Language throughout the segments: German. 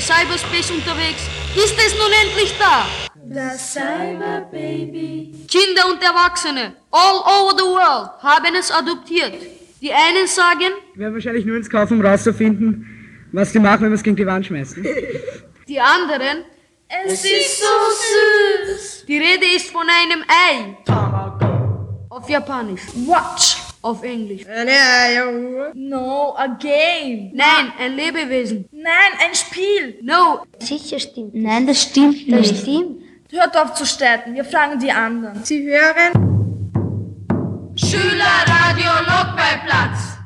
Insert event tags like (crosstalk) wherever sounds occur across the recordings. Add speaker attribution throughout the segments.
Speaker 1: Cyberspace unterwegs. Ist es nun endlich da?
Speaker 2: Das Cyberbaby.
Speaker 1: Kinder und Erwachsene all over the world haben es adoptiert. Die einen sagen,
Speaker 3: Wir haben wahrscheinlich nur ins Kauf, um rauszufinden, was die machen, wenn wir es gegen die Wand schmeißen.
Speaker 1: die anderen,
Speaker 2: Es ist so süß.
Speaker 1: die Rede ist von einem Ei. Auf Japanisch,
Speaker 2: Watch.
Speaker 1: auf Englisch.
Speaker 2: No, a game.
Speaker 1: Nein, ein Lebewesen.
Speaker 2: Nein, ein Spiel.
Speaker 1: No,
Speaker 4: Sicher stimmt. Nein, das stimmt nicht. Das stimmt.
Speaker 2: Hört auf zu streiten. Wir fragen die anderen.
Speaker 1: Schülerradio Lokbeiplatz.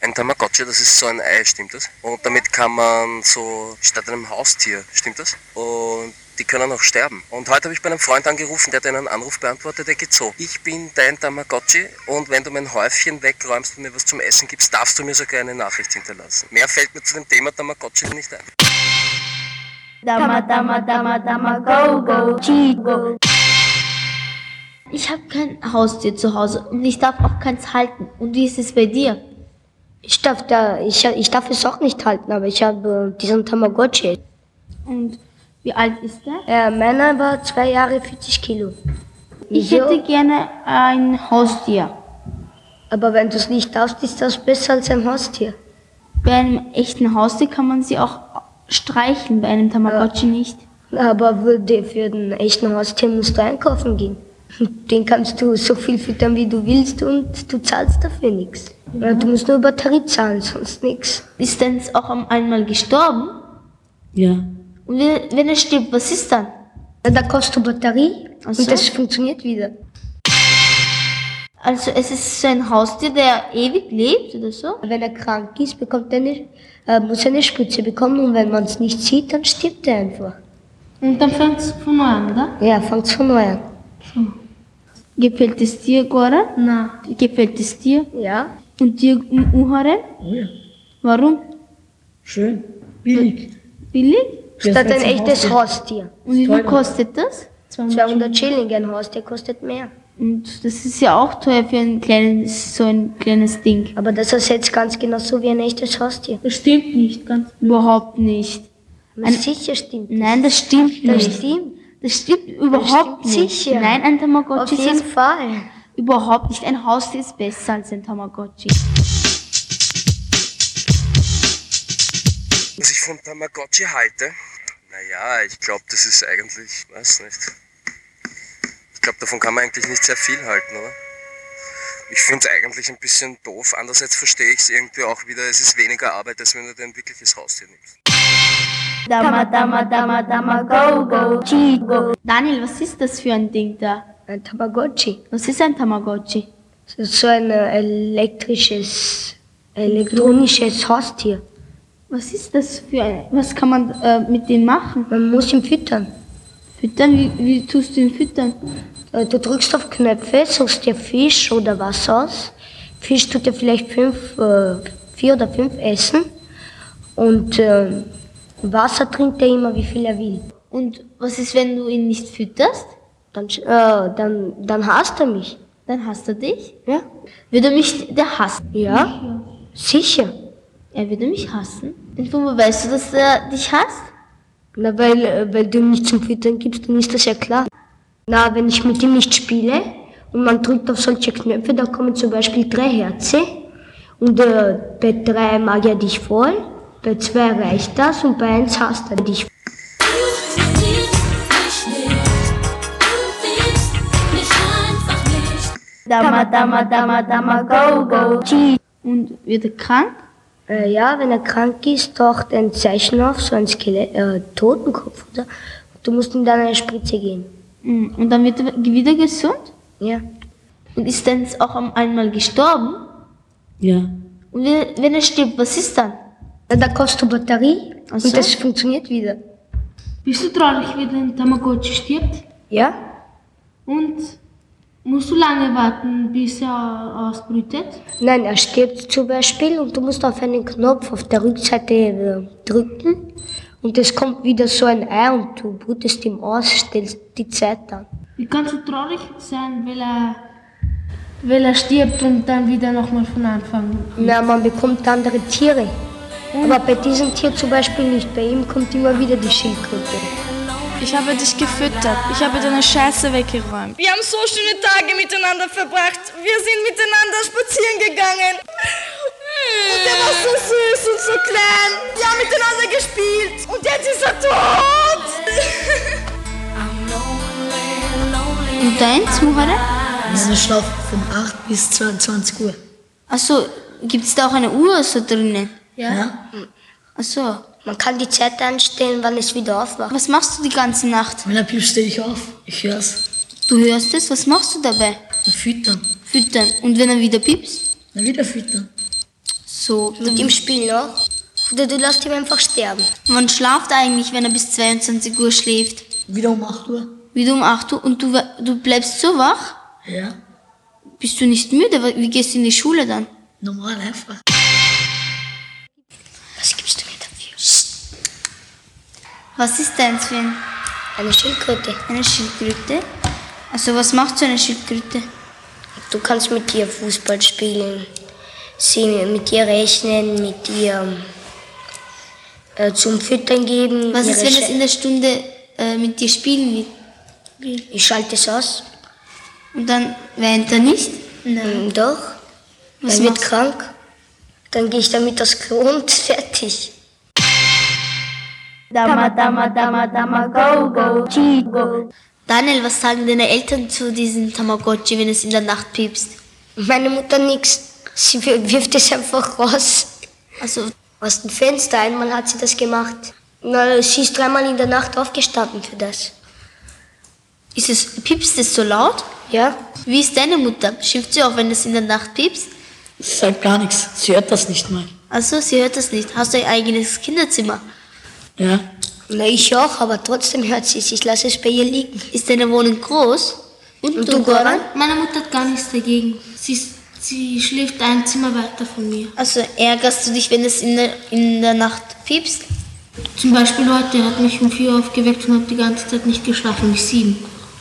Speaker 5: Ein Tamagotchi, das ist so ein Ei, stimmt das? Und damit kann man so statt einem Haustier, stimmt das? Und die können auch sterben. Und heute habe ich bei einem Freund angerufen, der hat einen Anruf beantwortet, der geht so. Ich bin dein Tamagotchi und wenn du mein Häufchen wegräumst und mir was zum Essen gibst, darfst du mir sogar eine Nachricht hinterlassen. Mehr fällt mir zu dem Thema Tamagotchi nicht ein.
Speaker 4: Dama, dama, dama, dama, go, go, chi, go. Ich habe kein Haustier zu Hause und ich darf auch keins halten. Und wie ist es bei dir?
Speaker 6: Ich darf, da, ich, ich darf es auch nicht halten, aber ich habe äh, diesen Tamagotchi.
Speaker 4: Und wie alt ist der?
Speaker 6: Äh, meiner war zwei Jahre 40 Kilo.
Speaker 4: Ich
Speaker 6: Wieso?
Speaker 4: hätte gerne ein Haustier.
Speaker 6: Aber wenn du es nicht darfst, ist das besser als ein Haustier.
Speaker 4: Bei einem echten Haustier kann man sie auch streichen, bei einem Tamagotchi nicht.
Speaker 6: Aber für den- für den echten Haustier musst du einkaufen gehen. (laughs) Den kannst du so viel füttern, wie du willst und du zahlst dafür nichts. Du musst nur Batterie zahlen, sonst nichts.
Speaker 4: Ist denn es auch am- einmal gestorben?
Speaker 7: Ja.
Speaker 4: Und wenn, wenn er stirbt, was ist dann?
Speaker 6: Äh, Da kaufst du Batterie
Speaker 4: Ach so.
Speaker 6: und das funktioniert wieder.
Speaker 4: Also es ist so ein Haustier, der ewig lebt oder so?
Speaker 6: Wenn er krank ist, bekommt er eine, äh, muss er eine Spritze bekommen und wenn man es nicht sieht, dann stirbt er einfach.
Speaker 4: Und dann fängt es von neu an, oder?
Speaker 6: Ja, fangt's von neu an.
Speaker 4: Gefällt es dir, Goran? Na. Gefällt es dir?
Speaker 6: Ja,
Speaker 4: Und dir, M- Uharem? Ja. Warum?
Speaker 7: Schön. Billig.
Speaker 4: Billig?
Speaker 7: Das
Speaker 6: statt ein
Speaker 7: letzte
Speaker 6: echtes Haustier.
Speaker 4: Und wie viel kostet das?
Speaker 6: 200 Schilling, ein Haustier kostet mehr.
Speaker 4: Und das ist ja auch teuer für ein kleines, so ein kleines Ding.
Speaker 6: Aber das ersetzt ganz genauso wie ein echtes Haustier.
Speaker 7: Das stimmt nicht ganz.
Speaker 4: Überhaupt nicht.
Speaker 6: Aber sicher stimmt.
Speaker 4: Nein, das stimmt
Speaker 6: Das
Speaker 4: nicht.
Speaker 6: stimmt.
Speaker 4: Das stimmt überhaupt
Speaker 6: stimmt
Speaker 4: nicht.
Speaker 6: sicher.
Speaker 4: Nein, ein
Speaker 6: Auf
Speaker 4: Tamagotchi
Speaker 6: jeden
Speaker 4: ist
Speaker 6: Fall.
Speaker 4: überhaupt nicht. Ein Haustier ist besser als ein Tamagotchi.
Speaker 5: Was ich von Tamagotchi halte? Naja, ich glaube, das ist eigentlich, weiß nicht. Ich glaube, davon kann man eigentlich nicht sehr viel halten, oder? Ich finde es eigentlich ein bisschen doof. Andererseits verstehe ich es irgendwie auch wieder. Es ist weniger Arbeit, als wenn du dir ein wirkliches Haustier nimmst.
Speaker 4: Dama, dama, dama, dama, go, go, chi, go. Daniel, was ist das für ein Ding da?
Speaker 6: Ein Tamagotchi.
Speaker 4: Was ist ein Tamagotchi?
Speaker 6: Das ist so ein äh, elektrisches, elektronisches Haustier.
Speaker 4: Was ist das für ein... Was kann man äh, mit dem machen?
Speaker 6: Man muss ihn füttern.
Speaker 4: Füttern? Wie, wie tust du ihn füttern?
Speaker 6: Äh, Du drückst auf Knöpfe, suchst dir Fisch oder was aus. Fisch tut dir vielleicht fünf, äh, vier oder fünf essen. Und ähm, Wasser trinkt er immer, wie viel er will.
Speaker 4: Und was ist, wenn du ihn nicht fütterst?
Speaker 6: Dann, sch- äh, dann, dann hasst er mich.
Speaker 4: Dann hasst er dich.
Speaker 6: Ja?
Speaker 4: Würde mich der hassen?
Speaker 6: Ja? Sicher.
Speaker 4: Er würde mich hassen. Und woher weißt du, dass er dich hasst?
Speaker 6: Na, weil, äh, weil du ihm nicht zum Füttern gibst, dann ist das ja klar. Na, wenn ich mit ihm nicht spiele und man drückt auf solche Knöpfe, da kommen zum Beispiel drei Herze und äh, bei drei mag er dich voll, bei zwei reicht das und bei eins hasst er dich.
Speaker 4: Dama, dama, dama, dama, go, go, chi. Und wird er krank?
Speaker 6: Äh, ja, wenn er krank ist, taucht ein Zeichen auf, so ein Skelett, äh, Totenkopf, oder? Du musst ihm dann eine Spritze geben.
Speaker 4: Mm, Und dann wird er wieder gesund?
Speaker 6: Ja.
Speaker 4: Und ist dann auch am- einmal gestorben?
Speaker 7: Ja.
Speaker 4: Und wenn wenn er stirbt, was ist dann?
Speaker 6: Na, da kostet du Batterie
Speaker 4: Ach
Speaker 6: und
Speaker 4: so.
Speaker 6: das funktioniert wieder.
Speaker 8: Bist du traurig, wenn dein Tamagotchi stirbt?
Speaker 6: Ja?
Speaker 8: Und musst du lange warten, bis er ausbrütet?
Speaker 6: Nein, er stirbt zum Beispiel und du musst auf einen Knopf auf der Rückseite äh, drücken und es kommt wieder so ein Ei und du brütest ihm aus, stellst die Zeit an.
Speaker 8: Wie kannst du traurig sein, weil er, weil er stirbt und dann wieder nochmal von Anfang?
Speaker 6: Na, man bekommt andere Tiere. Aber bei diesem Tier zum Beispiel nicht. Bei ihm kommt immer wieder die Schildkröte.
Speaker 9: Ich habe dich gefüttert. Ich habe deine Scheiße weggeräumt.
Speaker 2: Wir haben so schöne Tage miteinander verbracht. Wir sind miteinander spazieren gegangen. Und der war so süß und so klein. Wir haben miteinander gespielt. Und jetzt ist er tot.
Speaker 4: Und deins, Muharrem?
Speaker 10: Wir schlafen von 8 bis 22 Uhr.
Speaker 4: Achso, gibt es da auch eine Uhr so drinnen?
Speaker 10: Ja.
Speaker 4: Achso,
Speaker 6: Man kann die Zeit einstellen, wann es wieder aufwacht.
Speaker 4: was machst du die ganze Nacht?
Speaker 10: Wenn er piepst, stehe ich auf. Ich hör's.
Speaker 4: Du hörst es, was machst du dabei?
Speaker 10: Dann füttern.
Speaker 4: Füttern. Und wenn er wieder piepst?
Speaker 10: Dann wieder füttern.
Speaker 4: So,
Speaker 6: Mit ihm spielen, ne? Oder du lässt ihn einfach sterben.
Speaker 4: wann schlaft er eigentlich, wenn er bis 22 Uhr schläft?
Speaker 10: Wieder um 8 Uhr.
Speaker 4: Wieder um 8 Uhr und du, wa- du bleibst so wach?
Speaker 10: Ja.
Speaker 4: Bist du nicht müde? Wa- Wie gehst du in die Schule dann?
Speaker 10: Normal einfach.
Speaker 6: Was gibst du mir dafür?
Speaker 4: Was ist deins für ein-
Speaker 6: Eine Schildkröte.
Speaker 4: eine Schildkröte? Also was macht so eine Schildkröte?
Speaker 6: Du kannst mit ihr Fußball spielen, sie mit ihr rechnen, mit ihr äh, zum Füttern geben.
Speaker 4: Was ist,
Speaker 6: ihre
Speaker 4: wenn es
Speaker 6: Sche-
Speaker 4: in der Stunde äh, mit dir spielen will?
Speaker 6: Ich schalte es aus.
Speaker 4: Und dann weint er nicht?
Speaker 6: Nein. Hm, Doch.
Speaker 4: Was
Speaker 6: er wird
Speaker 4: machst-
Speaker 6: krank. Dann gehe ich damit aufs Klo (laughs) und fertig.
Speaker 4: Dama, Dama, Dama, Dama, Go, Go, Go. Daniel, was sagen deine Eltern zu diesem Tamagotchi, wenn es in der Nacht piepst?
Speaker 6: Meine Mutter nix. Sie wir- wirft es einfach raus.
Speaker 4: Also,
Speaker 6: Aus dem Fenster. Einmal hat sie das gemacht. Na, sie ist dreimal in der Nacht aufgestanden für das.
Speaker 4: ist es, piepst es so laut?
Speaker 6: Ja?
Speaker 4: Wie ist deine Mutter? Schimpft sie auch, wenn es in der Nacht piepst?
Speaker 10: Das sagt gar nichts. Sie hört das nicht mal.
Speaker 4: Also, sie hört das nicht. Hast du ein eigenes Kinderzimmer?
Speaker 10: Ja.
Speaker 6: Na, ich auch, aber trotzdem hört sie es. Ich lasse es bei ihr liegen.
Speaker 4: Ist deine Wohnung groß?
Speaker 6: Und, du, Goran?
Speaker 8: Meine Mutter hat gar nichts dagegen. Sie, sie schläft ein Zimmer weiter von mir.
Speaker 4: Also, ärgerst du dich, wenn es in der, in der Nacht piepst?
Speaker 8: Zum Beispiel heute hat mich um vier aufgeweckt und habe die ganze Zeit nicht geschlafen, bis sieben.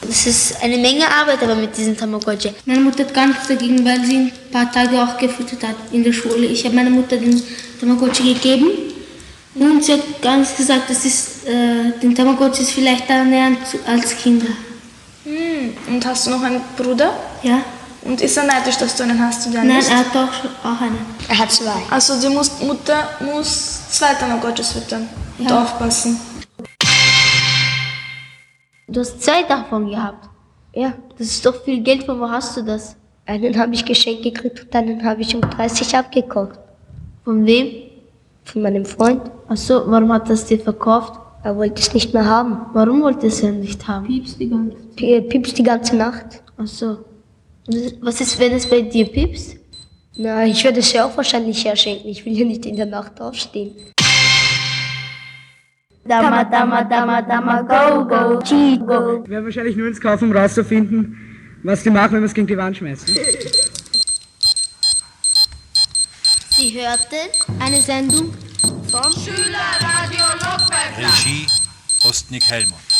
Speaker 4: Das ist eine Menge Arbeit aber mit diesem Tamagotchi.
Speaker 8: Meine Mutter hat gar nichts dagegen, weil sie ein paar Tage auch gefüttert hat in der Schule. Ich habe meiner Mutter den Tamagotchi gegeben und sie hat gar nichts gesagt. Das ist, äh, den Tamagotchi ist vielleicht da näher zu- als Kinder.
Speaker 9: Und hast du noch einen Bruder?
Speaker 8: Ja?
Speaker 9: Und ist er neidisch, dass du einen hast oder
Speaker 8: Nein,
Speaker 9: nicht?
Speaker 8: er hat auch, schon- auch einen.
Speaker 6: Er hat zwei.
Speaker 9: Also die muss, Mutter muss zwei Tamagotchis füttern und aufpassen.
Speaker 4: Du hast zwei davon gehabt.
Speaker 6: Ja.
Speaker 4: Das ist doch viel Geld, von wo hast du das?
Speaker 6: Einen habe ich geschenkt gekriegt und einen habe ich um 30 abgekauft.
Speaker 4: Von wem?
Speaker 6: Von meinem Freund.
Speaker 4: Achso, warum hat das dir verkauft?
Speaker 6: Er wollte es nicht mehr haben.
Speaker 4: Warum wollte es er nicht haben?
Speaker 8: Piepst die ganze Zeit.
Speaker 6: P- äh, Piepst die ganze Nacht.
Speaker 4: Achso. Was ist, wenn es bei dir piepst?
Speaker 6: Na, ich werde es ja auch wahrscheinlich herschenken. Ich will ja nicht in der Nacht aufstehen.
Speaker 4: Dama, Dama, Dama, Dama, Go, Go, Go.
Speaker 3: Wäre wahrscheinlich nur ins Kauf, um rauszufinden, was die machen, wenn wir es gegen die Wand schmeißen.
Speaker 4: Sie hörten eine Sendung
Speaker 11: Regie Ostnik Hellmund.